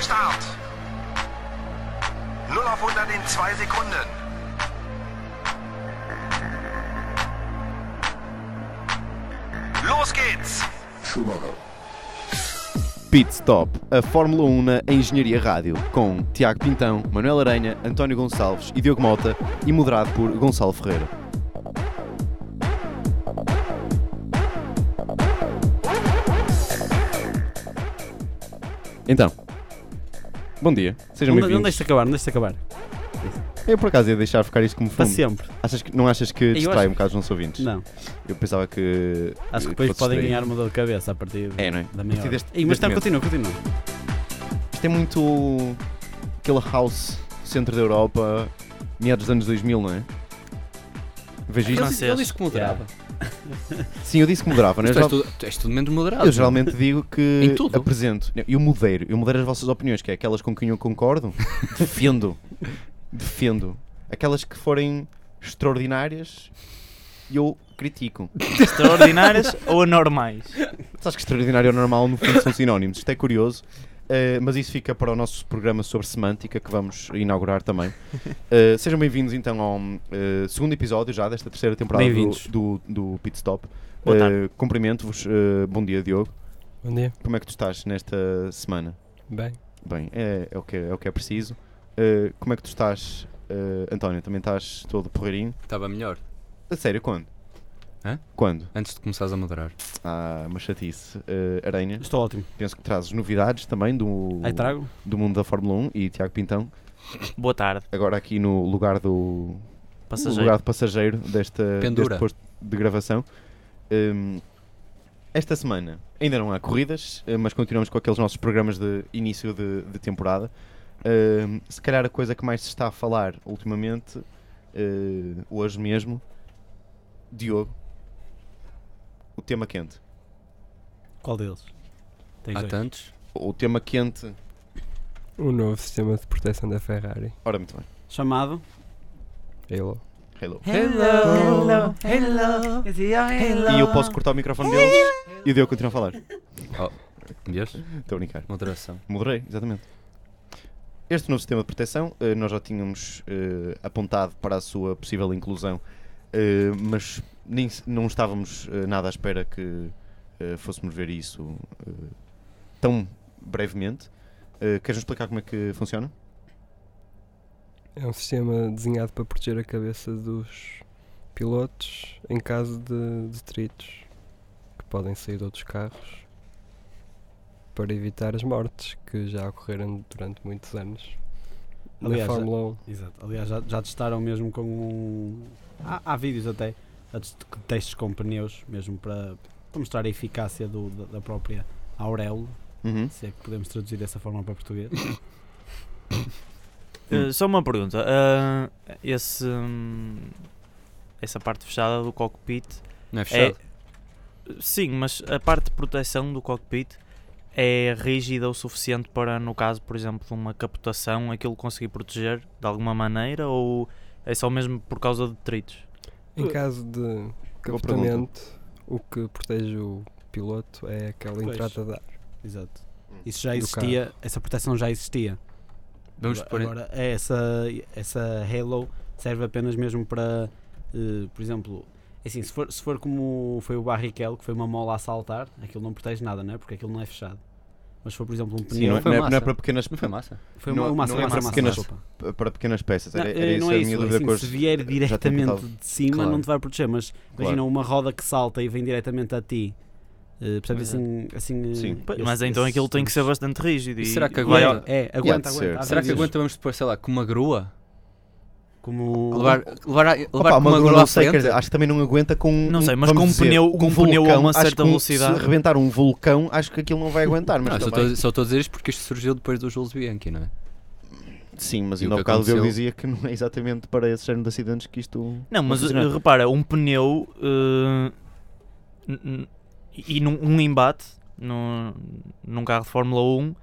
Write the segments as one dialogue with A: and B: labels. A: Start. 0 auf 100 in 2 Sekunden. Los geht's.
B: Pit Stop, a Fórmula 1 na Engenharia Rádio, com Tiago Pintão, Manuel Aranha, António Gonçalves e Diogo Mota, e moderado por Gonçalo Ferreira. Então, bom dia, sejam
C: Não, não
B: bem-vindos.
C: deixes acabar, não deixes acabar.
B: Eu por acaso ia deixar ficar isto como
C: Para
B: fundo.
C: sempre.
B: Achas que, não achas que distrai
C: acho-
B: um bocado os nossos ouvintes?
C: Não.
B: Eu pensava que.
C: Acho
B: que
C: que depois
B: fosse
C: podem
B: por aí.
C: ganhar uma dor de cabeça a partir
B: É, não é?
C: da meia
B: Isto é
C: hora.
B: deste-
C: Ei, mas
B: deste
C: tá,
B: momento.
C: continua, continua.
B: Isto é muito. aquele house centro da Europa, meados dos anos 2000, não é? Vejo isto.
D: francês.
C: que moderava.
B: Sim, eu disse que moderava, não é? Eu,
D: Tu és,
B: geral-
D: tudo, tu és tudo menos moderado.
B: eu geralmente digo que
D: Em tudo.
B: apresento. Não, Eu modero, eu modero as vossas opiniões, que é aquelas com quem eu concordo, defendo. defendo. Aquelas que forem extraordinárias, eu critico.
E: Extraordinárias ou anormais?
B: Sabes que extraordinário e normal no fundo são sinónimos, isto é curioso, eh, mas isso fica para o nosso programa sobre semântica que vamos inaugurar também. Eh, sejam bem-vindos então ao eh, segundo episódio já desta terceira temporada do,
C: Bem-vindos.
B: do, do Pit Stop.
E: Boa
B: Eh,
E: tarde.
B: Cumprimento-vos, eh, bom dia Diogo,
F: Bom dia.
B: como é que tu estás nesta semana?
F: Bem,
B: Bem, é, é o, que, é o que é preciso. Eh, como é que tu estás, eh, António? Também estás todo porreirinho?
D: Estava melhor,
B: A sério, quando?
D: Hã?
B: Quando?
D: antes de começares a moderar.
B: Ah, uma chatice. Eh, Aranha,
C: Estou ótimo.
B: penso que trazes novidades também do...
C: Aí trago.
B: do mundo da Fórmula 1 e Tiago Pintão,
E: Boa tarde,
B: agora aqui no lugar do
E: passageiro.
B: lugar de passageiro desta
D: Pendura.
B: deste posto de gravação. Hum, esta semana ainda não há corridas, eh, mas continuamos com aqueles nossos programas de início de, de temporada. Hum, se calhar a coisa que mais se está a falar ultimamente, eh, hoje mesmo, Diogo, o tema quente.
C: Qual deles? Tens
B: Ah,
D: Há
B: tá.
C: dois.
D: tantos.
B: O tema quente,
F: o novo sistema de proteção da Ferrari.
B: ora muito bem,
C: Chamado.
F: Ele.
B: Halo.
C: Hello,
E: hello, hello.
B: E eu posso cortar o microfone deles e o Diogo continua a falar.
D: Vês?
B: Estou a brincar.
D: Moderação.
B: Moderei, exatamente. Este novo sistema de proteção eh, nós já tínhamos eh, apontado para a sua possível inclusão, eh, mas nem, se- não estávamos eh, nada à espera que eh, fôssemos ver isso eh, tão brevemente. Eh, Queres nos explicar como é que funciona?
F: É um sistema desenhado para proteger a cabeça dos pilotos em caso de detritos que podem sair de outros carros para evitar as mortes que já ocorreram durante muitos anos
C: Aliás,
F: na Fórmula 1.
C: Exato. Aliás, já, já testaram mesmo com um. Há, há vídeos até a test- que testes com pneus, mesmo para, para mostrar a eficácia do- da, da própria auréola,
B: Uhum.
C: se é que podemos traduzir dessa forma para português.
E: Eh, só uma pergunta. ah, esse, hum, essa parte fechada do cockpit
D: Não é fechado?
E: é. Sim, mas a parte de proteção do cockpit é rígida o suficiente para, no caso, por exemplo, de uma captação, aquilo conseguir proteger de alguma maneira ou é só mesmo por causa de detritos?
F: Em caso de
B: Boa pergunta.
F: captamento, o que protege o piloto é aquela
C: Pois.
F: entrada de ar.
C: Exato.
B: Hum.
C: Isso já
F: Do
C: existia, essa proteção já existia.
D: Vamos
C: agora,
D: pôr.
C: agora é essa, essa Halo serve apenas mesmo para, eh, por exemplo, assim, se for, se for como foi o Barrichello, que foi uma mola a saltar, aquilo não protege nada, não é? Porque aquilo não é fechado. Mas se for, por exemplo, um
B: Sim,
C: pneu.
B: não, é-
D: foi
B: não é,
D: massa.
B: não é para pequenas,
D: Não foi massa.
C: foi
B: não-
C: uma, uma massa,
B: não é
C: massa,
B: para
C: massa,
B: pequenas-
C: desculpa.
B: para pequenas peças. Era,
C: Não,
B: era
C: eh,
B: isso
C: não
B: a
C: é
B: minha
C: isso.
B: dúvida
C: assim,
B: com as-
C: se vier
B: já tinha
C: diretamente
B: tentado.
C: de cima,
D: Claro.
C: não te vai proteger. Mas imagina uma roda que salta e vem diretamente a ti. eh, percebes
E: Pois
C: assim? assim eh,
B: Sim.
E: Pois,
C: esse-
E: Mas então
C: esse-
E: aquilo tem que ser bastante rígido.
D: E
E: E
D: será que
E: vai
D: aguenta?
C: É, aguenta,
B: de ser.
C: aguenta. há
D: Será que
C: vídeos
D: aguenta? Vamos pôr, sei lá, com uma grua?
C: Como.
D: Levar, levar, a- levar
B: Opa,
D: com
B: uma
D: uma
B: grua
D: grua
B: não
D: à
B: sei, quer
D: frente?
B: dizer, acho que também não aguenta com um-
E: Não sei, mas
B: vamos
E: com um
B: dizer,
E: pneu-
B: com
E: um pneu a
B: vulcão,
E: uma
B: acho
E: certa
B: que um-
E: velocidade.
B: Se arrebentar um vulcão, acho que aquilo não vai aguentar, mas
D: Não, só
B: também-
D: estou- só estou a dizer isto porque isto surgiu depois do Jules Bianchi, não é?
B: Sim, mas
D: E
B: ainda
D: o
B: há
D: que
B: bocado eu
D: aconteceu?
B: dizia que não é exatamente para esse género de acidentes que isto.
E: Não, mas
B: funciona.
E: eh, repara, um pneu eh, n- n- e num um embate no, num carro de Fórmula 1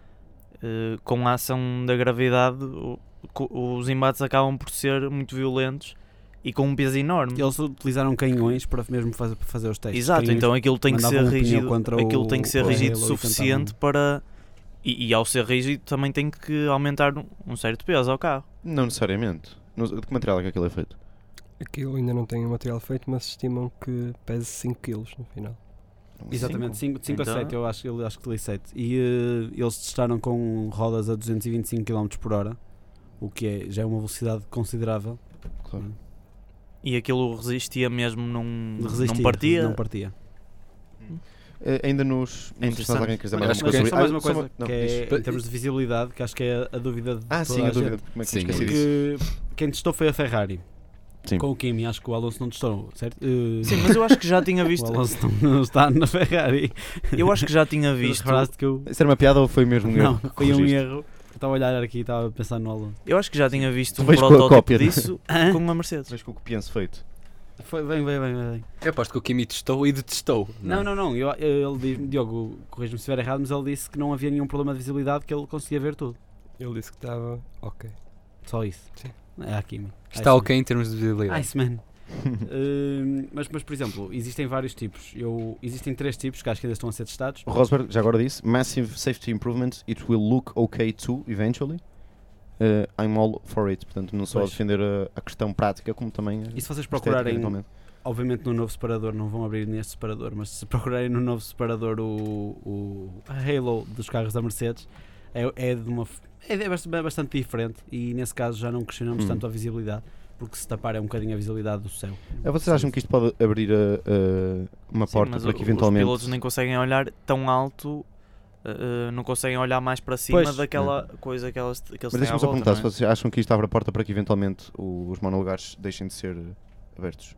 E: eh, com a ação da gravidade, o- co- os embates acabam por ser muito violentos e com um peso enorme.
C: Eles utilizaram canhões para mesmo fazer, para fazer os testes.
E: Exato,
C: Canhões-
E: então aquilo tem que
C: mandavam
E: ser
C: um pneu
E: rígido,
C: contra
E: aquilo
C: o-
E: tem que ser
C: o
E: rígido o
C: Halo e
E: suficiente
C: tentavam-
E: para E, e ao ser rígido também tem que aumentar um, um certo peso ao carro.
B: Não necessariamente. Não sei- De que material é que aquilo é feito?
F: Aquilo ainda não tem o material feito, mas estimam que pese 5 kg no final.
C: Exatamente, 5 a
E: Então-
C: 7, eu acho, eu acho que li 7. E eh, eles testaram com rodas a 225 km por hora, o que é, já é uma velocidade considerável.
B: Claro.
E: E aquilo resistia mesmo, não,
C: Resistia,
E: não partia.
C: Não partia.
B: Eh, ainda nos. Não sei se mais alguém quer dizer
D: Olha,
B: mais
D: acho
B: alguma
D: que
B: coisa.
C: Só mais
B: sobre-
C: uma
B: Ah, só
C: coisa,
B: não,
C: que
B: diz.
C: é, em termos de visibilidade, que acho que é a dúvida de
B: Ah,
C: toda
B: sim,
C: a
B: a
C: gente.
B: dúvida. Como é que me
D: Sim,
B: esqueci
D: é
B: disso?
C: Porque quem testou foi a Ferrari.
B: Sim.
C: Com o Kimi, acho que o Alonso não testou, certo? Eh,
E: Sim, mas eu acho que já tinha
C: o
E: visto.
C: Alonso não, não está na Ferrari.
E: eu acho que já tinha visto.
C: Reparaste que eu.
B: Isso era uma piada ou foi mesmo um
C: Não,
B: erro?
C: foi um
B: Corrigiste.
C: erro. Estava a olhar aqui e estava a pensar no Alonso.
E: Eu acho que já tinha visto
B: Tu
E: um
B: vês com a
E: protótipo
B: cópia, não é?
E: disso com uma Mercedes.
B: Vejo com o que penso feito.
C: Foi, bem, bem, bem, bem.
D: Eu aposto que o Kimi testou e detestou.
C: Não,
D: é?
C: não, não. Eu, ele diz, Diogo, corrige-me se estiver errado, mas ele disse que não havia nenhum problema de visibilidade, que ele conseguia ver tudo.
F: Ele disse que estava ok.
C: Só isso.
F: Sim.
C: É a Kimi.
D: Está
C: Iceman.
D: ok em termos de visibilidade.
C: Iceman. Hum, mas, mas, por exemplo, existem vários tipos. Eu, existem três tipos que acho que ainda estão a ser testados.
B: O Rosberg já agora disse: Massive safety improvements, it will look okay too, eventually. Eh, I'm all for it. Portanto, não só a
C: Pois.
B: defender a, a questão prática, como também. é a
C: E se vocês
B: estética,
C: procurarem,
B: eventualmente.
C: obviamente, no novo separador, não vão abrir neste separador, mas se procurarem no novo separador o, o a Halo dos carros da Mercedes, é, é de uma. f- É de- é bast- é bastante diferente e nesse caso já não questionamos
B: Hum.
C: tanto a visibilidade, porque se tapar é um bocadinho a visibilidade do céu.
B: Eh, Vocês acham que isto pode abrir eh, eh, uma
E: Sim,
B: porta
E: mas
B: para
E: o-
B: que eventualmente.
E: Os pilotos nem conseguem olhar tão alto, eh, eh, não conseguem olhar mais para cima
C: Pois.
E: daquela coisa que, elas, que eles
B: é. Mas
E: têm à
B: deixa-me só
E: volta,
B: perguntar se
E: não é?
B: vocês acham que isto abre a porta para que eventualmente o- os monolugares deixem de ser eh, abertos.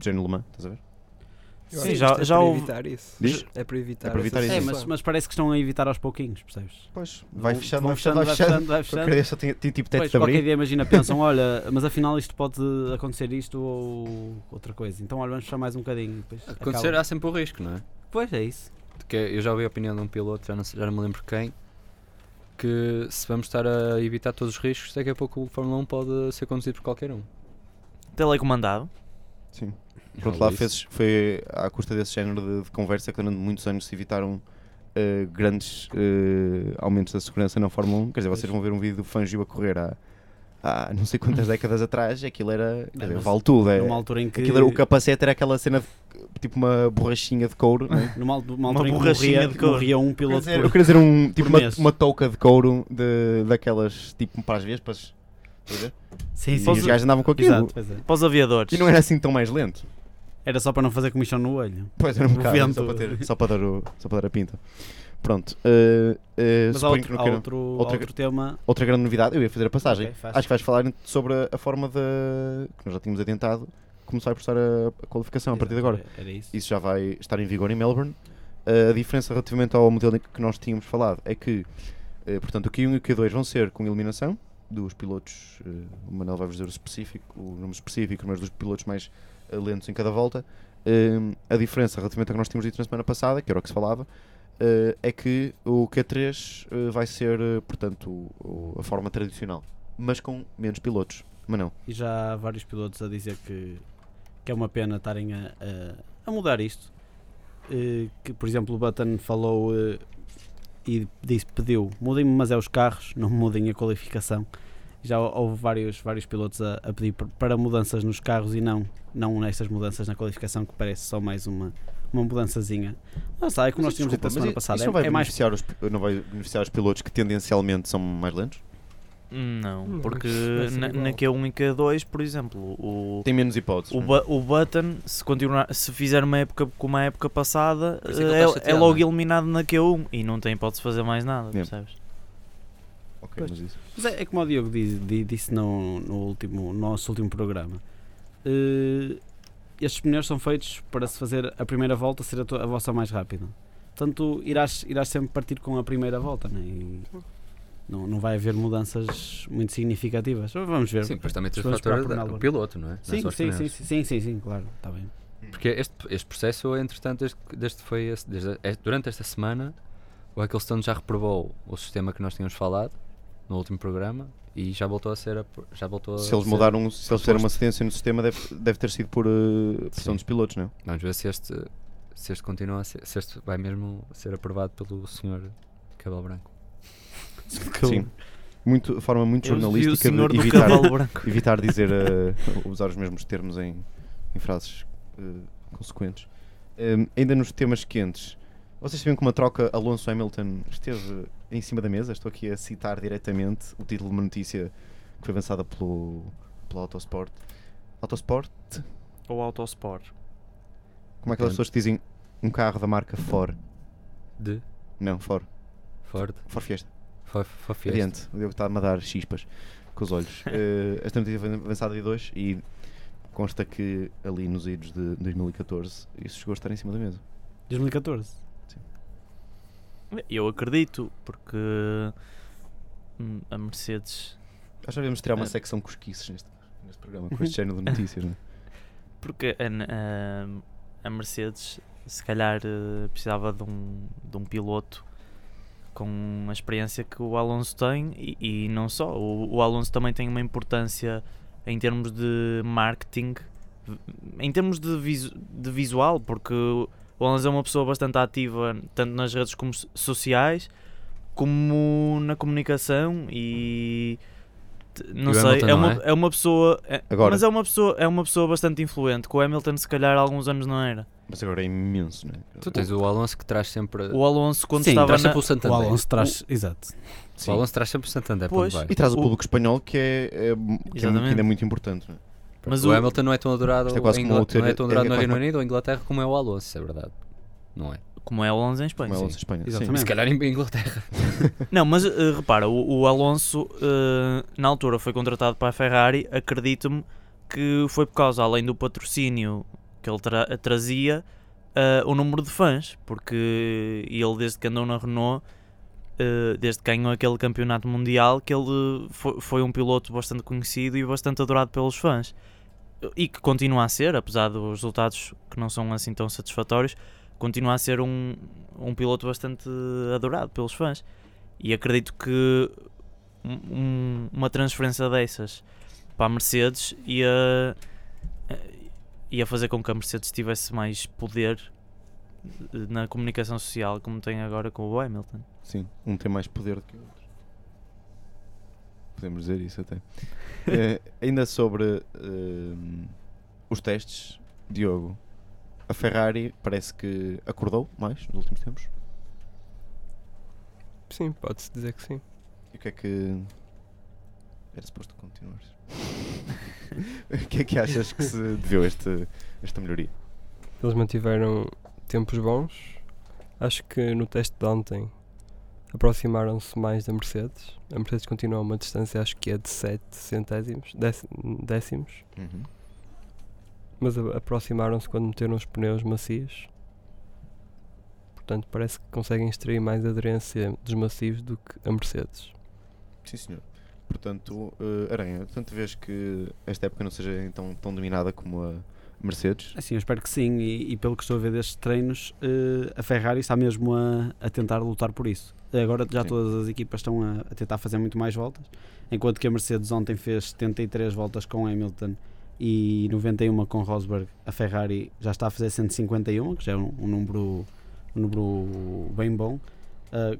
B: Género Le Mans, estás a ver?
F: Eu
E: Sim,
F: acho que
E: já-
F: isto é
E: já
F: para
E: houve-
F: evitar isso.
B: Diz?
F: É para evitar,
B: É para evitar
F: essa
B: isso.
C: É,
F: situação.
C: mas, mas parece que estão a evitar aos pouquinhos, percebes?
B: Pois, vai
C: Vão-
B: fechando,
C: vão
B: vai fechando,
C: fechando,
B: vai fechando.
C: vai
B: Eu
C: fechando.
B: queria só tinha tinha tipo teto
C: Pois,
B: de
C: qualquer
B: abrir.
C: dia imagina, pensam, olha, mas afinal isto pode acontecer isto ou outra coisa. Então olha, vamos fechar mais um bocadinho. e Depois
D: Acontecer
C: acaba.
D: há sempre o risco, não é?
C: Pois é isso.
D: Porque eu já ouvi a opinião de um piloto, já não, sei- já não me lembro quem, que se vamos estar a evitar todos os riscos, daqui a pouco o Fórmula 1 pode ser conduzido por qualquer um.
E: Telecomandado.
B: Sim.
D: Já
B: Por outro
D: ouvi
B: lado,
D: isso.
B: fez, foi à custa desse género de, de conversa que durante muitos anos se evitaram eh, grandes eh, aumentos da segurança na Fórmula 1. Quer dizer, vocês vão ver um vídeo do Fangio a correr há, há não sei quantas décadas atrás. Aquilo era. Quer dizer,
C: mas
B: vale tudo. É,
C: Numa altura em que.
B: aquilo era, o capacete era aquela cena de, tipo uma borrachinha de couro. não é?
C: Numa altura,
E: Uma
C: numa altura em que
E: borrachinha
C: morria,
E: de couro.
C: morria um
B: Eu queria
C: piloto
B: dizer-
C: por
B: eu queria dizer um, tipo uma,
C: mês.
B: uma touca de couro de, daquelas tipo para as vespas. estás a ver?
C: Sim,
B: E os gajos andavam com aquilo.
C: Exato, pois é.
E: Para os aviadores.
B: E não era assim tão mais lento.
C: Era só para não fazer comichão no olho.
B: Pois era um
C: No
B: bocado,
C: vento.
B: só para, ter, só, para dar o, só para dar a pinta. Pronto. eh, eh,
C: Mas há
B: suponho que
C: outro,
B: não
C: há
B: queiram.
C: outro,
B: outra-
C: outro tema.
B: Outra grande novidade, eu ia fazer a passagem.
C: Ok, faz.
B: Acho que vais falar sobre a, a forma da que nós já tínhamos adiantado, começar a prestar a, a qualificação a partir de agora.
C: Era isso.
B: isso já vai estar em vigor em Melbourne. Uh, a diferença relativamente ao modelo que nós tínhamos falado é que, uh, portanto, o Q1 e o Q2 vão ser com eliminação dos pilotos, uh, o Manuel vai-vos dizer o específico, o nome específico, mas dos pilotos mais uh, lentos em cada volta. Um, a diferença relativamente ao que nós tínhamos dito na semana passada, que era o que se falava, uh, é que o Q3 uh, vai ser, uh, portanto, o- o- a forma tradicional, mas com menos pilotos. Mas não,
C: E já há vários pilotos a dizer que, que é uma pena estarem a, a, a mudar isto. Eh, que, por exemplo, o Button falou eh, e disse, pediu, mudem-me, mas é os carros, não mudem a qualificação. Já hou- houve vários, vários pilotos a, a pedir por- para mudanças nos carros e não, não nestas mudanças na qualificação, que parece só mais uma, uma mudançazinha. Não sei, é como nós
B: Mas isso,
C: tínhamos dito
B: desculpa,
C: na semana
B: mas
C: passada.
B: Isso não vai,
C: é, é mais.
B: beneficiar os, não vai beneficiar os pilotos que tendencialmente são mais lentos?
E: Não,
F: Não,
E: porque
F: vai ser
E: na,
F: igual.
E: na Q1 e Q2, por exemplo, o,
B: Tem menos hipóteses.
E: o,
B: não é?
E: Bu- o Button, se, continuar, se fizer uma época como a época passada,
D: Por isso é que ele
B: tá
E: eh,
D: está
E: é,
D: chateado,
E: é logo
D: não é?
E: eliminado na Q1 e não tem hipótese de fazer mais nada,
B: Yeah.
E: percebes?
B: Ok,
C: Pois.
B: mas isso-
C: Mas é, é como o Diogo di- di- disse no, no último, no nosso último programa. Eh, estes pneus são feitos para se fazer a primeira volta ser a, tua- a vossa mais rápida. Portanto, irás, irás sempre partir com a primeira volta, né? E não, não vai haver mudanças muito significativas. Vamos ver.
D: Sim, depois também tens o
C: Vamos esperar
D: fator
C: por
D: da-
C: Melbourne.
D: do piloto, não é? Não
C: sim,
D: só os
C: sim, sim,
D: pneus.
C: sim, sim, sim, sim, claro, está bem.
D: Porque este, este processo, entretanto, desde, que- desde que foi esse- desde a- é- durante esta semana, o Ecclestone já reprovou o sistema que nós tínhamos falado no último programa e já voltou a ser. A, já voltou a
B: Se eles
D: ser-
B: mudaram, se eles fizeram uma cedência no sistema, deve, deve ter sido por eh, pressão
D: Sim.
B: dos pilotos, não? é?
D: Vamos ver se este, se este continua a ser, se este vai mesmo ser aprovado pelo senhor Cabelo Branco.
E: Que
B: Sim. Muito, forma muito
E: eu vi o
B: jornalística
E: senhor
B: de
E: do
B: evitar,
E: cavalo branco.
B: evitar dizer, eh, usar os mesmos termos em, em frases eh, consequentes. Ehm, ainda nos temas quentes, vocês sabiam que uma troca Alonso-Hamilton esteve em cima da mesa? Estou aqui a citar diretamente o título de uma notícia que foi avançada pelo, pelo Autosport. Autosport?
E: Ou Autosport.
B: Como é que
D: Entendo.
B: as pessoas que dizem um carro da marca Ford?
D: De
B: Não, Ford.
D: Ford.
B: Ford Fiesta.
D: Ford, Ford Fiesta.
B: Adiante, o Diogo está-me a dar chispas com os olhos. Eh, esta notícia foi avançada dia 2 e consta que ali nos idos de 2014 isso chegou a estar em cima da mesa.
C: 2014.
E: Eu acredito, porque hum, a Mercedes.
B: Acho que devemos tirar uma
E: Eh.
B: secção cosquices neste, neste programa com este género de notícias, não é?
E: Porque a, n- a- a Mercedes, se calhar, eh, precisava de um, de um piloto com a experiência que o Alonso tem e, e não só. O, o Alonso também tem uma importância em termos de marketing, v- em termos de, visu- de visual, porque o Alonso é uma pessoa bastante ativa, tanto nas redes como so- sociais, como na comunicação e. t- Não
D: E o
E: sei,
D: Hamilton
E: é
D: não
E: uma,
D: é?
E: é uma pessoa. é-
B: Agora.
E: Mas é uma, pessoa, é uma pessoa bastante influente. Com o Hamilton, se calhar, há alguns anos não era.
B: Mas agora é imenso, não é?
D: Tu tens o Alonso que traz sempre.
B: Eh,
E: O Alonso, quando
D: Sim,
E: estava
D: traz
E: na.
D: sempre o
C: O
D: Santander.
C: Alonso
D: um
C: traz. Exato.
D: O Alonso traz sempre o Santander. para
E: Pois.
D: onde vai.
B: E traz o
E: O-
B: público espanhol que é, é mu- que é muito,
E: Exatamente.
B: ainda muito importante, não é?
E: Mas
D: o,
E: o-
D: Hamilton não é tão adorado,
B: Isto é quase
D: em
B: como
D: Ingla-
B: o ter-
D: não é tão
B: é-
D: adorado
B: é
D: no
B: quase
D: Reino
B: como-
D: Unido ou Inglaterra como é o Alonso, isso é verdade. Não é?
E: Como é o Alonso em Espanha.
B: Como é o
D: sim.
B: Alonso Espanha.
C: Exatamente.
D: Se calhar em Inglaterra.
E: Não, mas eh, repara, o, o Alonso eh, na altura foi contratado para a Ferrari, acredito-me que foi por causa, além do patrocínio que ele tra- trazia, eh, o número de fãs, porque ele desde que andou na Renault, eh, desde que ganhou aquele campeonato mundial, que ele foi, foi um piloto bastante conhecido e bastante adorado pelos fãs. E que continua a ser, apesar dos resultados que não são assim tão satisfatórios, continua a ser um, um piloto bastante adorado pelos fãs. E acredito que um- um- uma transferência dessas para a Mercedes ia, ia fazer com que a Mercedes tivesse mais poder eh, na comunicação social como tem agora com o Hamilton.
B: Sim, um tem mais poder do que o outro. Podemos dizer isso até. Eh, ainda sobre ehm, os testes, Diogo, a Ferrari parece que acordou mais nos últimos tempos.
F: Sim, pode-se dizer que sim.
B: E o que é que. Era suposto continuar. o que é que achas que se deveu a este, esta melhoria?
F: Eles mantiveram tempos bons. Acho que no teste de ontem aproximaram-se mais da Mercedes. A Mercedes continua a uma distância, acho que é de 7 centésimos, déci- décimos. Mas a- aproximaram-se quando meteram os pneus macios. Portanto, parece que conseguem extrair mais aderência dos macios do que a Mercedes.
B: Sim, senhor. Portanto, eh, Aranha, tanto vês que esta época não seja então tão dominada como a Mercedes.
C: Assim, eu espero que sim. E, e pelo que estou a ver destes treinos, eh, a Ferrari está mesmo a, a tentar lutar por isso. Agora já
B: Sim.
C: todas as equipas estão a, a tentar fazer muito mais voltas, enquanto que a Mercedes ontem fez 73 voltas com Hamilton e 91 com Rosberg. A Ferrari já está a fazer 151, que já é um, um número, um número bem bom, eh,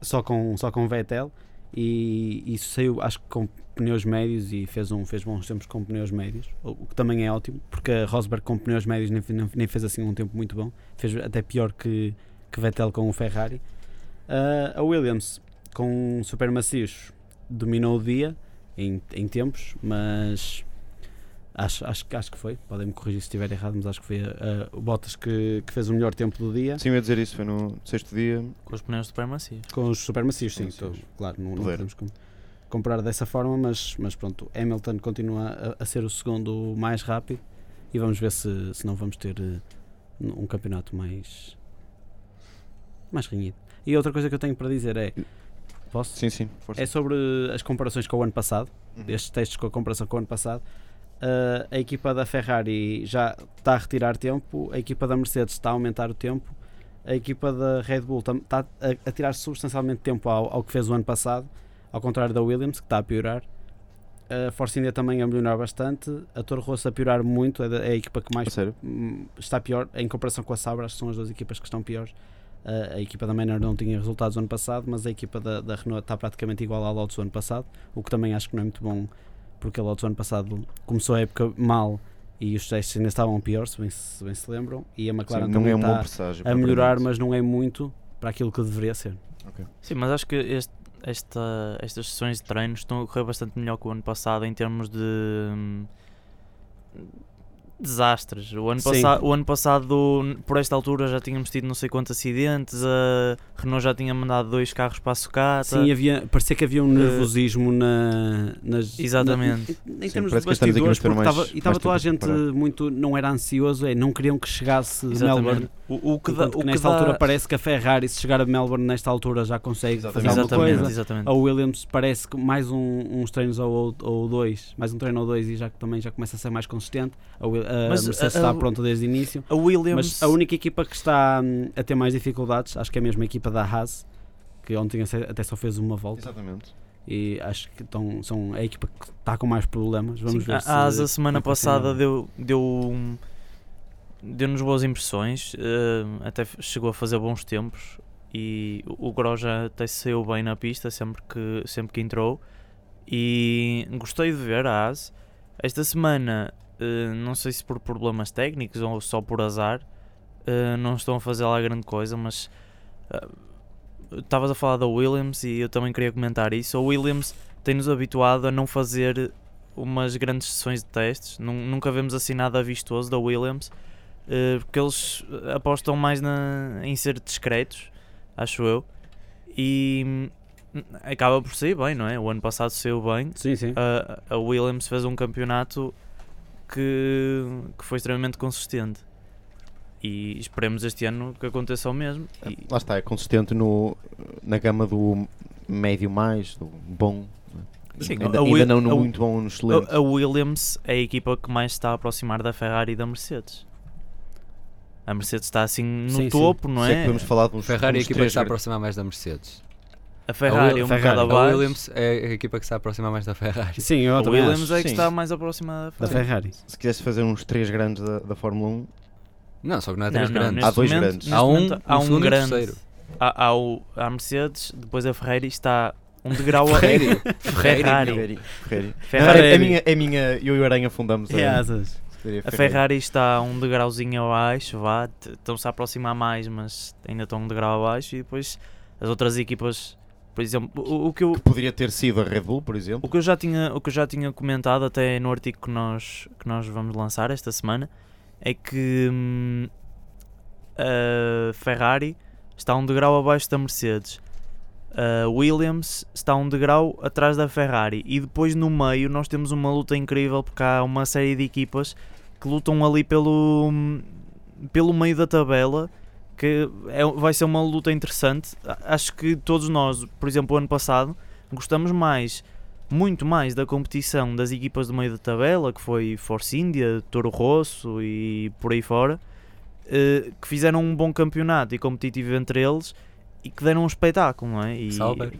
C: só com só com Vettel. E isso saiu, acho que com pneus médios e fez, um, fez bons tempos com pneus médios, o o que também é ótimo, porque a Rosberg com pneus médios nem, fe- nem- nem fez assim um tempo muito bom, fez até pior que, que Vettel com o Ferrari. Ah, a Williams com super macios dominou o dia em, em tempos, mas acho, acho, que- acho que foi, podem-me corrigir se estiver errado, mas acho que foi ah, o Bottas que, que fez o melhor tempo do dia.
B: Sim, eu ia dizer isso, foi no sexto dia,
E: Com os pneus de pré-macios.
C: Com os supermacios, sim,
B: Supermacios.
C: tô- claro, não, não
B: Poder.
C: podemos com- comparar dessa forma, mas, mas pronto, Hamilton continua a, a ser o segundo mais rápido e vamos ver se, se não vamos ter eh, um campeonato mais, mais renhido. E outra coisa que eu tenho para dizer é. Posso?
B: Sim, sim, força.
C: É sobre as comparações com o ano passado,
B: Uhum.
C: estes testes com a comparação com o ano passado. Ah, a equipa da Ferrari já está a retirar tempo, a equipa da Mercedes está a aumentar o tempo, a equipa da Red Bull tam- está a, a tirar substancialmente tempo ao, ao que fez o ano passado, ao contrário da Williams, que está a piorar. A Force India também a melhorar bastante, a Toro Rosso a piorar muito, é, da- é a equipa que mais
B: A sério?
C: hum, está pior em comparação com a Sabra, acho que são as duas equipas que estão piores. A, a equipa da Manor não tinha resultados no ano passado, mas a equipa da, da Renault está praticamente igual à Lotus do ano passado, o que também acho que não é muito bom, porque a Lotus do ano passado começou a época mal e os testes ainda estavam piores, se bem se, bem se lembram, e a McLaren
B: Sim, não
C: também
B: é um bom
C: está
B: presságio.
C: a melhorar,
B: propriamente.
C: mas não é muito para aquilo que deveria ser.
E: Sim, mas acho que este- esta- estas sessões de treinos estão a correr bastante melhor que o ano passado em termos de hum, desastres. O ano,
C: Sim.
E: passa- o ano passado, n- por esta altura, já tínhamos tido não sei quantos acidentes, a Renault já tinha mandado dois carros para a sucata.
C: Sim, é havia, parecia que havia um nervosismo na, nas.
E: Eh, Exatamente.
C: na- em
B: Sim,
C: termos de
B: parece que estamos aqui numa
C: bastidores,
B: espera
C: porque
B: mais-
C: estava- e estava
B: mais
C: toda a
B: tempo
C: gente
B: para
C: muito. não era ansioso, é, não queriam que chegasse de
E: Exatamente.
C: Melbourne.
E: O, o que dá,
C: enquanto que
E: o que
C: nesta
E: dá-
C: altura parece que a Ferrari, se chegar a Melbourne nesta altura, já consegue fazer alguma
E: Exatamente,
C: é coisa.
E: exatamente.
C: A Williams parece que mais um- uns treinos ou, ou dois, mais um treino ou dois, e já que também já começa a ser mais consistente. A, Will- a
E: Mas
C: Mercedes
E: a- a-
C: está pronta desde o início.
E: A Williams.
C: Mas a única equipa que está hum, a ter mais dificuldades, acho que é mesmo a equipa da Haas, que ontem até só fez uma volta.
B: Exatamente.
C: E acho que estão, são a equipa que está com mais problemas. Vamos
E: Sim,
C: ver
E: a
C: se.
E: a Asa semana
C: como é que funciona.
E: passada deu, deu um- deu-nos boas impressões, eh, até f- chegou a fazer bons tempos e o o Groja até saiu bem na pista sempre que, sempre que entrou e gostei de ver a Asa. Esta semana, eh, não sei se por problemas técnicos ou só por azar, eh, não estão a fazer lá grande coisa, mas ah, estavas a falar da Williams e eu também queria comentar isso. A Williams tem-nos habituado a não fazer umas grandes sessões de testes, nun- nunca vemos assim nada vistoso da Williams, eh, porque eles apostam mais na- em ser discretos, acho eu, e hum, acaba por sair bem, não é? O ano passado saiu bem,
C: Sim, sim.
E: a, a Williams fez um campeonato que, que foi extremamente consistente. E esperemos este ano que aconteça o mesmo. E,
B: Lá está, é consistente no, na gama do médio mais, do bom. né?
E: Sim,
B: ainda ainda
E: a Will-
B: não no
E: a-
B: muito bom, no excelente.
E: a, a Williams é a equipa que mais está a aproximar da Ferrari e da Mercedes. A Mercedes está assim no
C: Sim, sim.
E: topo, não
B: Se é que
E: é?
B: podemos falar de uns,
D: Ferrari é a
B: uns
D: equipa que
B: três
D: está
B: Tá
D: a
B: grandes-
D: aproximar mais da Mercedes.
E: a Ferrari
D: Will-
E: é um
B: Ferrari.
E: bocado
D: A
E: abaixo.
D: Williams é a equipa que está a aproximar mais da Ferrari.
C: Sim, eu
E: A
C: também
E: Williams
C: acho.
E: é que
B: sim.
E: está mais aproximada da
C: Da
E: Ferrari.
C: Ferrari.
B: Se quisesse fazer uns três grandes da, da Fórmula 1,
D: Não, só que não há
E: Não,
D: três
E: não,
D: grandes.
E: neste
B: Há dois
E: momento-
B: grandes.
E: neste
D: Há um,
E: momento há
D: um
E: um
D: segundo e um
E: grande.
D: terceiro.
E: Há, há o, há a Mercedes, depois a Ferrari está um degrau a
D: Ferrari.
E: Ferrari.
B: Ferrari. Ferrari.
E: Ferrari.
B: Não, é- é minha, é minha, eu e o Aranha fundamos a,
C: É asas.
E: A Ferrari está um degrauzinho abaixo, vá, t- estão-se a aproximar mais, mas ainda estão um degrau abaixo e depois as outras equipas, por exemplo, o, o que eu,
B: Que poderia ter sido a Red Bull, por exemplo.
E: o que eu já tinha, o que eu já tinha comentado até no artigo que nós que nós vamos lançar esta semana é que hum, a Ferrari está um degrau abaixo da Mercedes. A Williams está um degrau atrás da Ferrari e depois no meio nós temos uma luta incrível porque há uma série de equipas que lutam ali pelo hum, pelo meio da tabela que é- vai ser uma luta interessante. A- Acho que todos nós, por exemplo, o ano passado gostamos mais muito mais da competição das equipas do meio da tabela, que foi Force India, Toro Rosso e por aí fora, eh, que fizeram um bom campeonato e competitivo entre eles e que deram um espetáculo, não é? E
D: Sauber.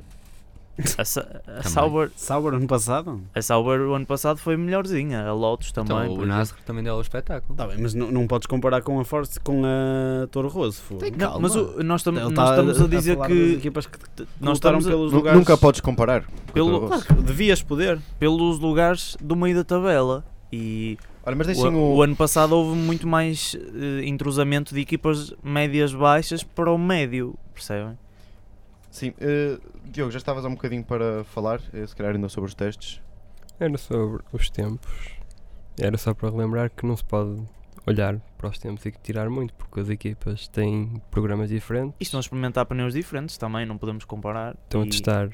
E: A, Sa- a Sauber,
C: Sauber ano passado?
E: a Sauber o ano passado foi melhorzinha, a Lotus também.
D: Então,
E: por
D: o
E: exemplo.
D: Nasr também deu o espetáculo.
C: Tá bem, mas não, não podes comparar com a Force com a Toro Roso. fogo.
D: Tem
E: Não, mas o- nós, tam-
C: Ele
E: nós
C: tá
E: estamos a dizer
C: falar das
E: que
C: equipas que
E: nós
C: lutaram
E: estamos a-
C: pelos
B: Nu-
C: lugares.
B: Nunca podes comparar. com
E: Pelo-
B: o Toro Rosso.
C: Devias poder.
E: pelos lugares do meio da tabela e
B: Olha, mas
E: O,
B: deixem
E: o
B: o,
E: ano passado houve muito mais eh, entrosamento de equipas médias-baixas para o médio, percebem?
B: Sim, eh, Diogo, já estavas há um bocadinho para falar, eh, se calhar ainda sobre os testes.
F: Era sobre os tempos. Era só para relembrar que não se pode olhar para os tempos e tirar muito, porque as equipas têm programas diferentes,
E: E estão a experimentar pneus diferentes também, não podemos comparar.
F: estão a
E: E
F: testar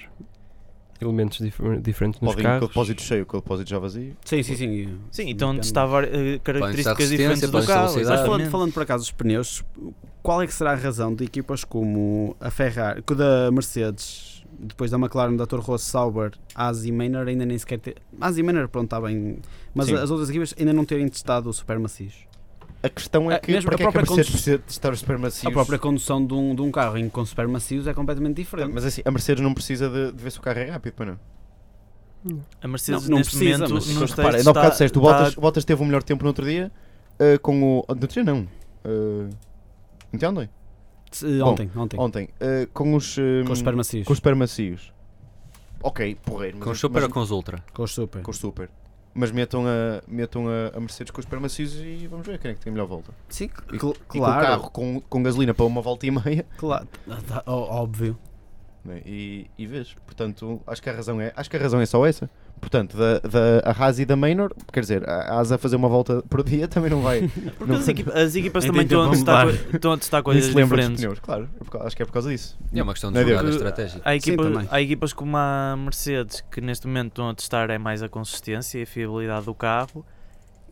F: elementos difer- diferentes nos
B: Podem ir com o
F: carros.
B: depósito cheio, com o depósito já vazio.
C: Sim, sim, sim.
E: Sim, então
C: Depende.
E: testar vari- eh, características
D: resistência,
E: diferentes do
D: podem estar
E: carro.
D: velocidade.
C: Mas falando,
E: exatamente.
C: falando por acaso dos pneus, qual é que será a razão de equipas como a Ferrari, que da Mercedes, depois da McLaren, da Toro Rosso, Sauber, Haas e Maynard ainda nem sequer ter... Haas e Maynard, pronto, está bem, mas
B: Sim.
C: as outras equipas ainda não terem testado o supermacios.
B: A questão é
C: Ah,
B: que
C: mesmo
B: para
C: a
B: que é que a
C: própria
B: Mercedes
C: condução-
B: precisa de testar os supermacios?
C: A própria condução de um, de um carro em- com supermacios é completamente
B: Ah,
C: diferente.
B: Mas assim, a Mercedes não precisa de, de ver se o carro é rápido, para não.
E: A Mercedes
C: Não, não
E: neste
C: precisa,
E: momento
C: mas-
E: nos
B: Mas
E: testes
B: repara, ainda há
E: está,
B: bocado disseste, o
E: está-
B: Bottas, o Bottas teve o ah, melhor tempo no outro dia eh, com o. No outro dia não. eh, entendem?
C: Se- Ontem, ontem.
B: Ontem, eh, com os. eh,
C: Com os super macios.
B: com os super macios. Ok, porreiro. mas-
D: Com super
B: mas-
D: ou com os ultra?
C: Com os super.
B: com os super. Mas metam a, metam a, a Mercedes com os super macios e vamos ver quem é que tem a melhor volta.
C: Sim,
B: E-
C: cl-
B: E com o carro com, com gasolina para uma volta e meia.
C: claro. Ah, tá, ó- Óbvio.
B: né, E, e vês. Portanto, acho que a razão é, acho que a razão é só essa. Portanto, da, da a Haas e da Maynor, quer dizer, a a Haas a fazer uma volta por dia também não vai.
E: Porque
B: Não-
E: as, equipa- as equipas também
C: Entendeu,
E: estão a,
C: vamos
E: testar,
C: lá.
E: coi- estão a testar
B: nem
E: coisas
B: se lembra dos
E: diferentes.
B: pneus, claro. É por cau- Acho que é por causa disso.
D: É uma questão
B: Não é
D: de jogada
E: Deus.
D: estratégica.
E: Há,
C: Sim,
E: equipa,
C: também.
E: há equipas como a Mercedes que neste momento estão a testar é mais a consistência e a fiabilidade do carro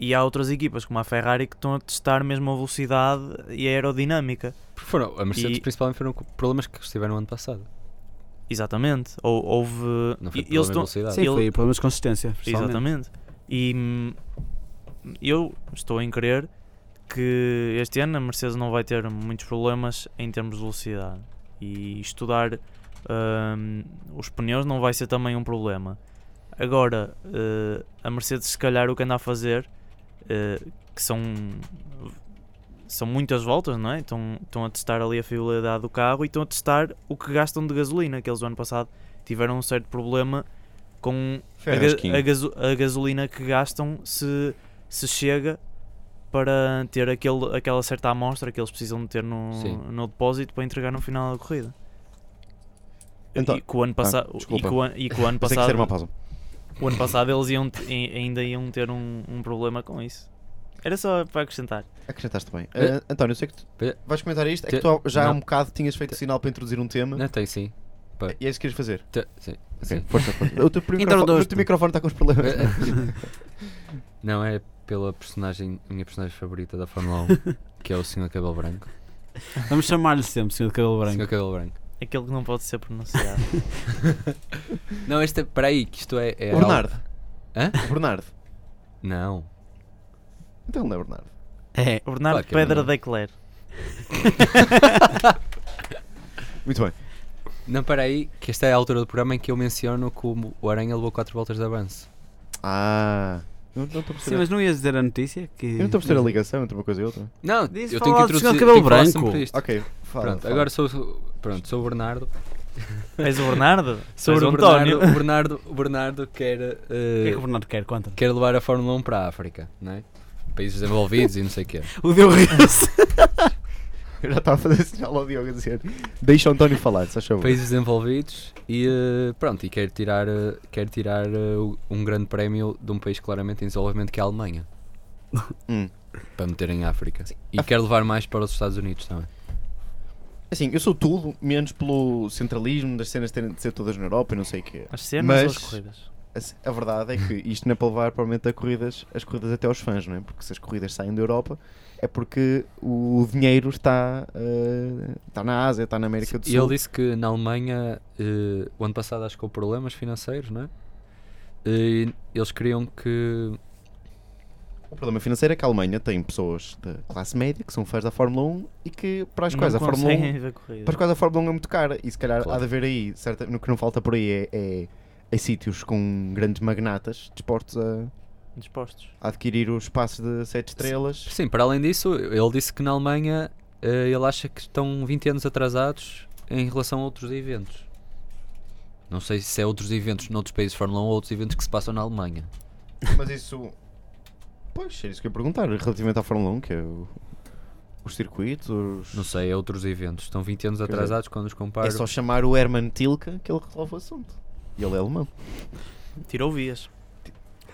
E: e há outras equipas como a Ferrari que estão a testar mesmo a velocidade e a aerodinâmica.
D: Porque foram, a Mercedes
E: E-
D: principalmente foram co- problemas que estiveram no ano passado.
E: Exatamente. Ou, houve.
D: Não foi problema
E: e-
D: de
E: estão-
B: Tá.
D: velocidade.
C: Sim,
E: ele-
C: foi problemas de consistência. principalmente.
E: Exatamente. E hum, eu estou em crer que este ano a Mercedes não vai ter muitos problemas em termos de velocidade. E estudar hum, os pneus não vai ser também um problema. Agora, eh, a Mercedes, se calhar, o que anda a fazer, eh, que são, são muitas voltas, não é? Estão, estão a testar ali a fiabilidade do carro e estão a testar o que gastam de gasolina, que eles, o ano passado, tiveram um certo problema com a, ga-
B: Ferrasquinho.
E: a gaso- a gasolina que gastam se, se chega para ter aquele, aquela certa amostra que eles precisam de ter no,
D: Sim.
E: no depósito para entregar no final da corrida.
B: Então-
E: e que o ano passado, e,
B: desculpa.
E: que o an- e que o ano
B: Pensei que isso é
E: passado,
B: era uma pausa.
E: o ano passado eles iam te- ai- ainda iam ter um, um problema com isso. Era só para acrescentar.
B: Acrescentaste bem.
D: Eh,
B: Ah, António, eu sei que tu
D: eh,
B: vais comentar isto. É
D: te-
B: que tu já há
D: não.
B: um bocado tinhas feito sinal para introduzir um tema
D: Não tem, sim.
B: e é isso que queres fazer.
D: Te- sim,
B: Ok,
D: sim. É,
B: força, força. O teu, primeiro
C: Então,
B: microfone,
C: dois,
B: o teu microfone está com os problemas.
D: Não é pela personagem, minha personagem favorita da Fórmula 1, que é o Sr. Cabelo Branco.
C: Vamos chamar-lhe sempre, senhor de cabelo branco.
D: Sr. Cabelo Branco.
E: Aquele que não pode ser pronunciado.
D: Não, este é. Peraí, que isto é. é
B: O Bernardo.
D: Hã?
B: O Bernardo.
D: algo- Não.
B: Então não é Bernardo.
C: É.
E: O Bernardo
D: Claro que é
E: Pedra
D: Bernardo.
E: da Claire.
B: Muito bem.
D: Não, peraí, que esta é a altura do programa em que eu menciono como o Aranha levou 4 voltas de avanço.
B: Ah. Não não estou a
C: Sim,
B: perceber.
C: mas não ias dizer a notícia? Que...
B: Eu não estou a perceber a ligação entre uma coisa e outra.
D: Não,
C: Diz
D: eu tenho que
C: falar do Sr.
D: introduzir.
C: Cabelo
D: tenho que falar
C: Branco.
D: sempre isto.
B: Ok, fala.
D: Pronto,
B: fala.
D: agora sou, sou- pronto, sou o Bernardo.
E: És o Bernardo?
D: Sou
E: És
D: o
E: o
D: Bernardo,
E: António.
D: o Bernardo, o Bernardo quer, eh,
C: O que é que o Bernardo quer? Conta.
D: quer levar a Fórmula 1 para a África, não é? Países desenvolvidos e não sei o quê.
C: O deu riso.
B: Eu já estava a fazer sinal ao Diogo a dizer. Deixa o António falar, se achou.
D: Países desenvolvidos e eh, pronto, e quer tirar, eh, quer tirar eh, o- um grande prémio de um país claramente em desenvolvimento que é a Alemanha.
B: Hum.
D: Para meter em África. E quer levar mais para os Estados Unidos também.
B: Assim, eu sou tudo, menos pelo centralismo das cenas terem de ser todas na Europa e não sei o quê.
E: As cenas ou
B: Mas-
E: as corridas?
B: A c- A verdade é que isto não é para levar provavelmente a corridas, as corridas até aos fãs, não é? Porque se as corridas saem da Europa é porque o dinheiro está, eh, está na Ásia, está na América do
D: E
B: Sul.
D: ele disse que na Alemanha, eh, o ano passado acho que houve problemas financeiros, não é? Eh, E eles queriam que.
B: O problema financeiro é que a Alemanha tem pessoas da classe média que são fãs da Fórmula 1 e que para as quais a
E: não
B: Fórmula 1
E: conseguem ver corridas.
B: Para quais a Fórmula 1 é muito cara e se calhar há
D: Claro.
B: de haver aí, certa, no que não falta por aí é, é, é sítios com grandes magnatas dispostos a
E: Dispostos.
B: a adquirir os espaços de 7 estrelas.
D: Sim, para além disso, ele disse que na Alemanha eh, ele acha que estão 20 anos atrasados em relação a outros eventos. Não sei se é outros eventos noutros países de Fórmula 1 ou outros eventos que se passam na Alemanha.
B: Mas isso. Pois, é isso que eu ia perguntar, relativamente à Fórmula 1, que é o- os circuitos, os-
D: Não sei, é outros eventos. Estão 20 anos
B: dizer,
D: atrasados quando os comparo.
B: É só chamar o Herman Tilke que ele resolve o assunto. E ele é alemão.
E: Tirou vias.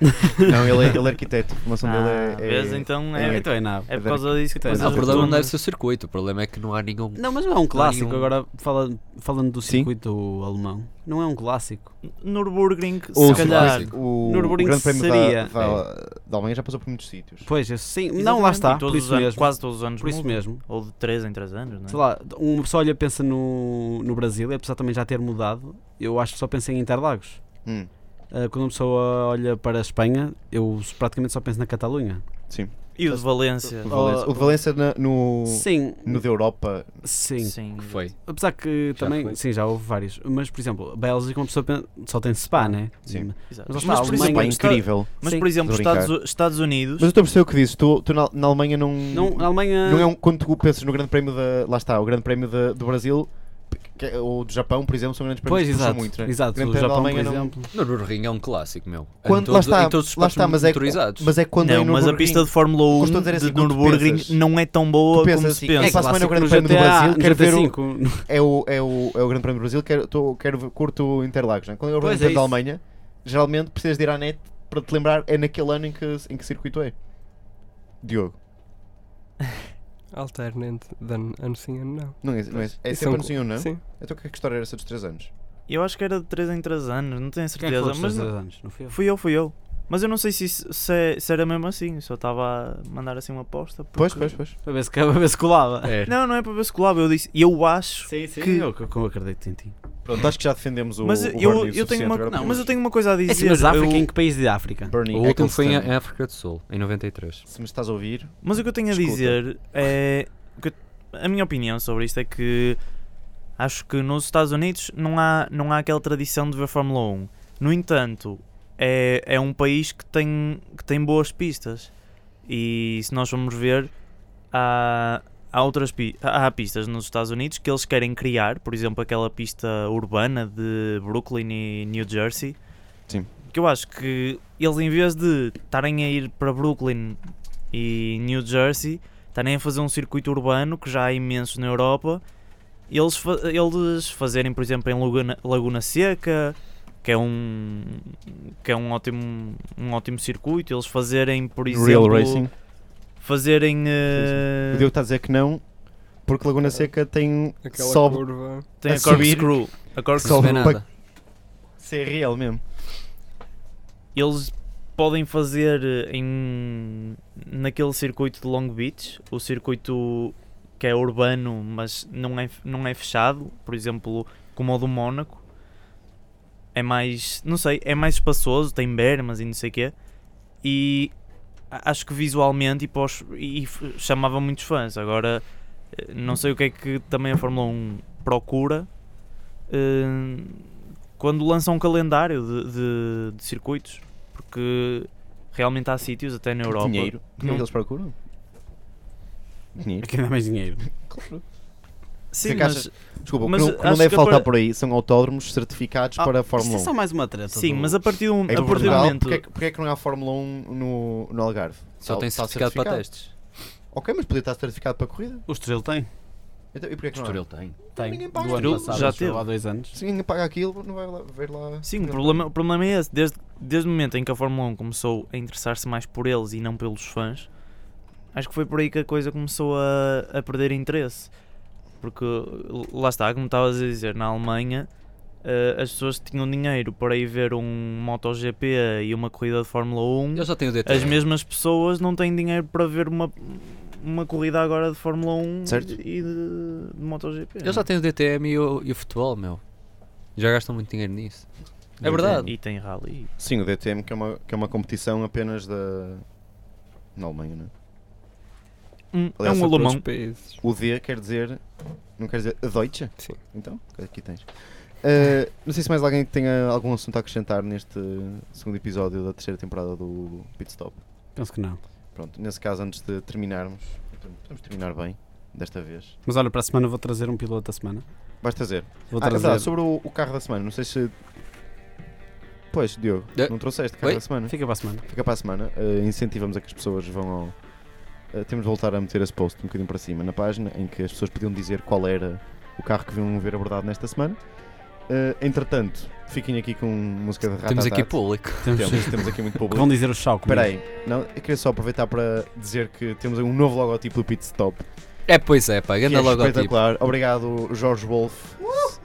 B: não, ele é, ele é arquiteto. A formação
E: Ah,
B: dele é. é-
E: vês, então
B: é-
E: é,
C: Então é nada.
E: É por causa disso que
B: Então,
C: Mas
E: depois
D: Não,
E: as
D: Ah, o problema não deve
E: turmas-
D: ser o circuito, o problema é que não há nenhum.
C: Não, mas não é um clássico.
D: nenhum.
C: Agora, fala- falando do
B: Sim.
C: circuito alemão, não é um clássico.
E: Nürburgring, se
B: O,
E: calhar.
D: circuito.
B: o, o
C: Nürburgring
B: Grande Prémio
C: seria-
B: da, da, da Alemanha já passou por muitos sítios.
C: Pois, eu- sim. Não,
E: Exatamente.
C: lá está.
E: E todos
C: Por
E: os
C: isso
E: anos,
C: mesmo.
E: Quase todos os anos.
C: Por isso
E: muda.
C: mesmo.
E: Ou de 3 em 3 anos, não é?
C: Sei lá, uma pessoa olha pensa no, no Brasil e apesar também já ter mudado, eu acho que só pensei em Interlagos. Eh,
B: Hum,
C: Ah, quando uma pessoa olha para a Espanha, eu praticamente só penso na Catalunha.
B: Sim.
E: E o de Valência?
B: O de Valência, o
E: oh.
B: de Valência na- no,
C: Sim,
B: no da Europa.
C: sim.
E: Sim.
D: Que foi?
C: Apesar que
B: Já
C: também,
B: foi.
C: sim, já houve vários. Mas, por exemplo, a Bélgica uma pessoa pen- só tem Spa, né?
B: Sim.
E: Exato.
C: Mas lá está,
E: Mas,
C: a
E: por
B: Isso
E: exemplo,
B: pá, é
C: Alemanha-
E: Esta-
B: incrível.
E: mas
C: Sim.
E: por exemplo,
B: Estou a brincar.
E: Estados, Estados Unidos.
B: Mas eu estou a perceber o que dizes. Tu, tu na, na Alemanha não.
C: Não, ah. a Alemanha.
B: não é um, quando tu pensas no Grande Prémio da. Lá está, o Grande Prémio da- do Brasil que é- ou do Japão, por exemplo, são grandes prémios
C: Pois,
B: que puxam
C: exato.
B: muito. né?
C: Exato,
B: Grande
C: o
B: Prémio da
C: Japão, por
B: Alemanha não-
C: exemplo.
D: No Nürburgring é um clássico, meu.
B: Quando,
D: em todos,
B: lá está,
D: em todos os
B: lá
D: esportes
B: está mas, é,
D: motorizados.
B: mas é quando é
E: não,
B: no
E: mas a
B: Nurburgring.
E: pista de Fórmula
B: Mas
E: 1
B: estou a dizer
E: de
B: assim, quando tu pensas-
E: Nürburgring não é tão boa
B: tu
E: como
B: pensas
E: se
B: assim,
E: pensa.
B: é passa-me no Grande
C: clássico
B: Prémio do
C: GTA,
B: Brasil, quero ver o-
C: no
B: É o, é, o, é o Grande Prémio do Brasil, quero, tô, quero ver- curto o Interlagos. Né? Quando é o Grande
C: Pois é
B: Prémio da
C: isso.
B: Alemanha, geralmente precisas de ir à net para te lembrar é naquele ano em que, em que circuito é. Diogo.
F: Alternante de an- ano sim, ano não.
B: Não é, não é, é
F: E
B: sempre
F: são-
B: ano sim ou não?
F: Sim.
B: Então que, que história era essa dos 3 anos?
E: Eu acho que era de 3 em 3 anos, não tenho
C: Quem é que
E: certeza.
C: foi
E: mas
C: mas
E: não-
C: anos? Não fui eu?
E: fui eu, fui eu. Mas eu não sei se, isso- se, é- se era mesmo assim, só estava a mandar assim uma aposta. porque-
B: Pois, pois, pois.
C: Para ver se, para ver se colava.
D: É.
E: Não, não é para ver se colava, eu disse, eu acho.
C: Sim, sim.
E: Que-
C: Eu, que- que eu acredito em ti.
B: Pronto, acho que já defendemos o,
E: mas
B: o
E: eu,
B: Bernie o
E: eu tenho uma,
B: suficiente, agora
E: não, mas
B: podemos-
E: eu tenho uma coisa a dizer.
C: É assim, mas África,
E: eu-
C: em que país de África?
B: Bernie
D: O último foi em,
B: Ecclestone.
D: em África do Sul, em 93.
B: Se me estás a ouvir,
E: Mas o que eu tenho a
B: Escuta.
E: dizer é. que a minha opinião sobre isto é que acho que nos Estados Unidos não há, não há aquela tradição de ver Fórmula 1. No entanto, é, é um país que tem, que tem boas pistas. E se nós formos ver, há, há outras pi- há há pistas nos Estados Unidos que eles querem criar, por exemplo, aquela pista urbana de Brooklyn e New Jersey.
B: Sim.
E: Que eu acho que eles, em vez de estarem a ir para Brooklyn e New Jersey, estarem a fazer um circuito urbano que já há imenso na Europa. Eles, fa- eles fazerem, por exemplo, em Laguna, Laguna Seca, que é um que é um ótimo, um ótimo circuito, eles fazerem, por exemplo,
B: Real Racing.
E: fazerem
B: O
E: eh,
B: Diogo está a dizer que não, porque
E: É.
B: Laguna Seca tem
F: Aquela
B: sobe um
F: curva.
E: tem
B: a
E: a
B: subir.
E: corkscrew, a
D: Que se
E: corkscrew.
B: Só-
D: vê nada.
B: ser real mesmo.
E: eles podem fazer eh, em naquele circuito de Long Beach, o circuito que é urbano, mas não é, não é fechado, por exemplo, como o do Mónaco. É mais, não sei, é mais espaçoso, tem bermas e não sei o quê. E a- acho que visualmente e, para os- e f- chamava muitos fãs. Agora, eh, não sei o que é que também a Fórmula 1 procura eh, quando lança um calendário de, de- de circuitos, porque realmente há sítios, até na Europa,
B: Dinheiro. Como é
E: Hum.
B: que eles procuram? Dinheiro.
C: Aqui dá mais dinheiro.
E: Sim,
B: que
E: mas,
B: achas? Desculpa, o
E: Mas
B: que não, o que não
E: acho
B: deve
E: que a
B: faltar
E: par-
B: por aí são autódromos certificados
C: Ah,
B: para a
C: Isto
B: Fórmula
C: é
B: 1.
C: só mais uma treta.
E: sim,
C: do-
E: mas a partir do,
B: Em
E: a partir do
B: Portugal,
E: momento.
B: porque, é que- porque é que não há Fórmula 1 no, no Algarve?
D: Só
B: Tá-
D: tem
B: tá
D: certificado para testes.
B: Ok, mas podia estar certificado para corrida.
C: O Estoril tem.
B: Então, e porquê que não?
D: Estoril tem.
C: Tem.
B: Ninguém paga.
C: Do ano
E: Estoril
C: passado,
E: já
C: acho eu,
E: teve.
C: Há dois anos.
B: há? Se ninguém paga aquilo, não vai lá ver lá.
E: Sim, o problema, o problema é esse. Desde, desde o momento em que a Fórmula 1 começou a interessar-se mais por eles e não pelos fãs, acho que foi por aí que a coisa começou a, a perder interesse. Porque l- lá está, como estavas a dizer, na Alemanha eh, as pessoas que tinham dinheiro para ir ver um MotoGP e uma corrida de Fórmula 1.
D: Eu já tenho o DT.
E: As mesmas pessoas não têm dinheiro para ver uma, uma corrida agora de Fórmula 1
B: Certo.
E: e de, de MotoGP.
D: Eu já tenho o DTM e o, e o futebol, meu. Já gastam muito dinheiro nisso. É verdade.
E: E tem rally.
B: Sim, o DTM, que é uma, que é uma competição apenas da. na Alemanha, não é?
E: Hum, é
B: Aliás,
E: um
B: só por
E: alemão.
F: Outros países.
B: O D quer dizer. Não quer dizer a Deutsche?
F: Sim.
B: Então, aqui tens. Ah, não sei se mais alguém tenha algum assunto a acrescentar neste segundo episódio da terceira temporada do Pit Stop.
C: Penso que não.
B: Pronto, nesse caso, antes de terminarmos, podemos terminar bem, desta vez.
C: Mas olha, para a semana vou trazer um piloto da semana.
B: Vais trazer.
C: Vou
B: Ah, é
C: trazer.
B: verdade, sobre o, o carro da semana, não sei se. Pois, Diogo,
D: É.
B: não trouxeste carro
D: Oi?
B: da semana.
C: Fica para a semana.
B: Fica para a semana. eh, incentivamos a que as pessoas vão ao. eh, temos de voltar a meter esse post um bocadinho para cima na página em que as pessoas podiam dizer qual era o carro que vinham ver abordado nesta semana. Eh, entretanto, fiquem aqui com música de
D: Temos aqui
B: Ratatat.
D: público.
B: Temos, temos aqui muito
C: Que
B: público.
C: vão dizer o chau comigo.
B: Espera aí, não, eu queria só aproveitar para dizer que temos um novo logotipo do Pit Stop.
D: É, pois é, pá.
B: que
D: Ganda
B: é
D: logo tipo.
B: espetacular. Obrigado, Jorge Wolf,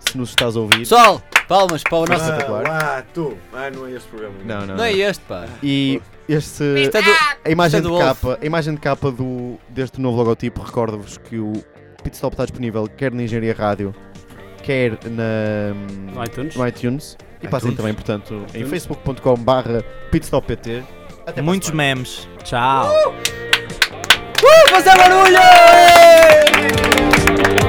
B: se nos estás a ouvir.
D: Pessoal, palmas para o
B: Foi
D: nosso.
B: espetacular.
G: Ah, tu. Ah, não é este programa.
B: Não, não,
D: Não é este, pá.
B: E este.
D: Isto é do.
B: A imagem,
D: Isto é
B: de
D: do Wolf.
B: capa, a imagem de capa do, deste novo logotipo, recordo-vos que o Pitstop está disponível quer na Engenharia Rádio, quer na,
C: No iTunes.
B: no iTunes. E passem
D: iTunes.
B: também, portanto, em facebook.com/barra pitstoppt. Até
D: Muitos
B: para a semana.
D: memes.
E: Tchau.
D: Uh, fazer barulho!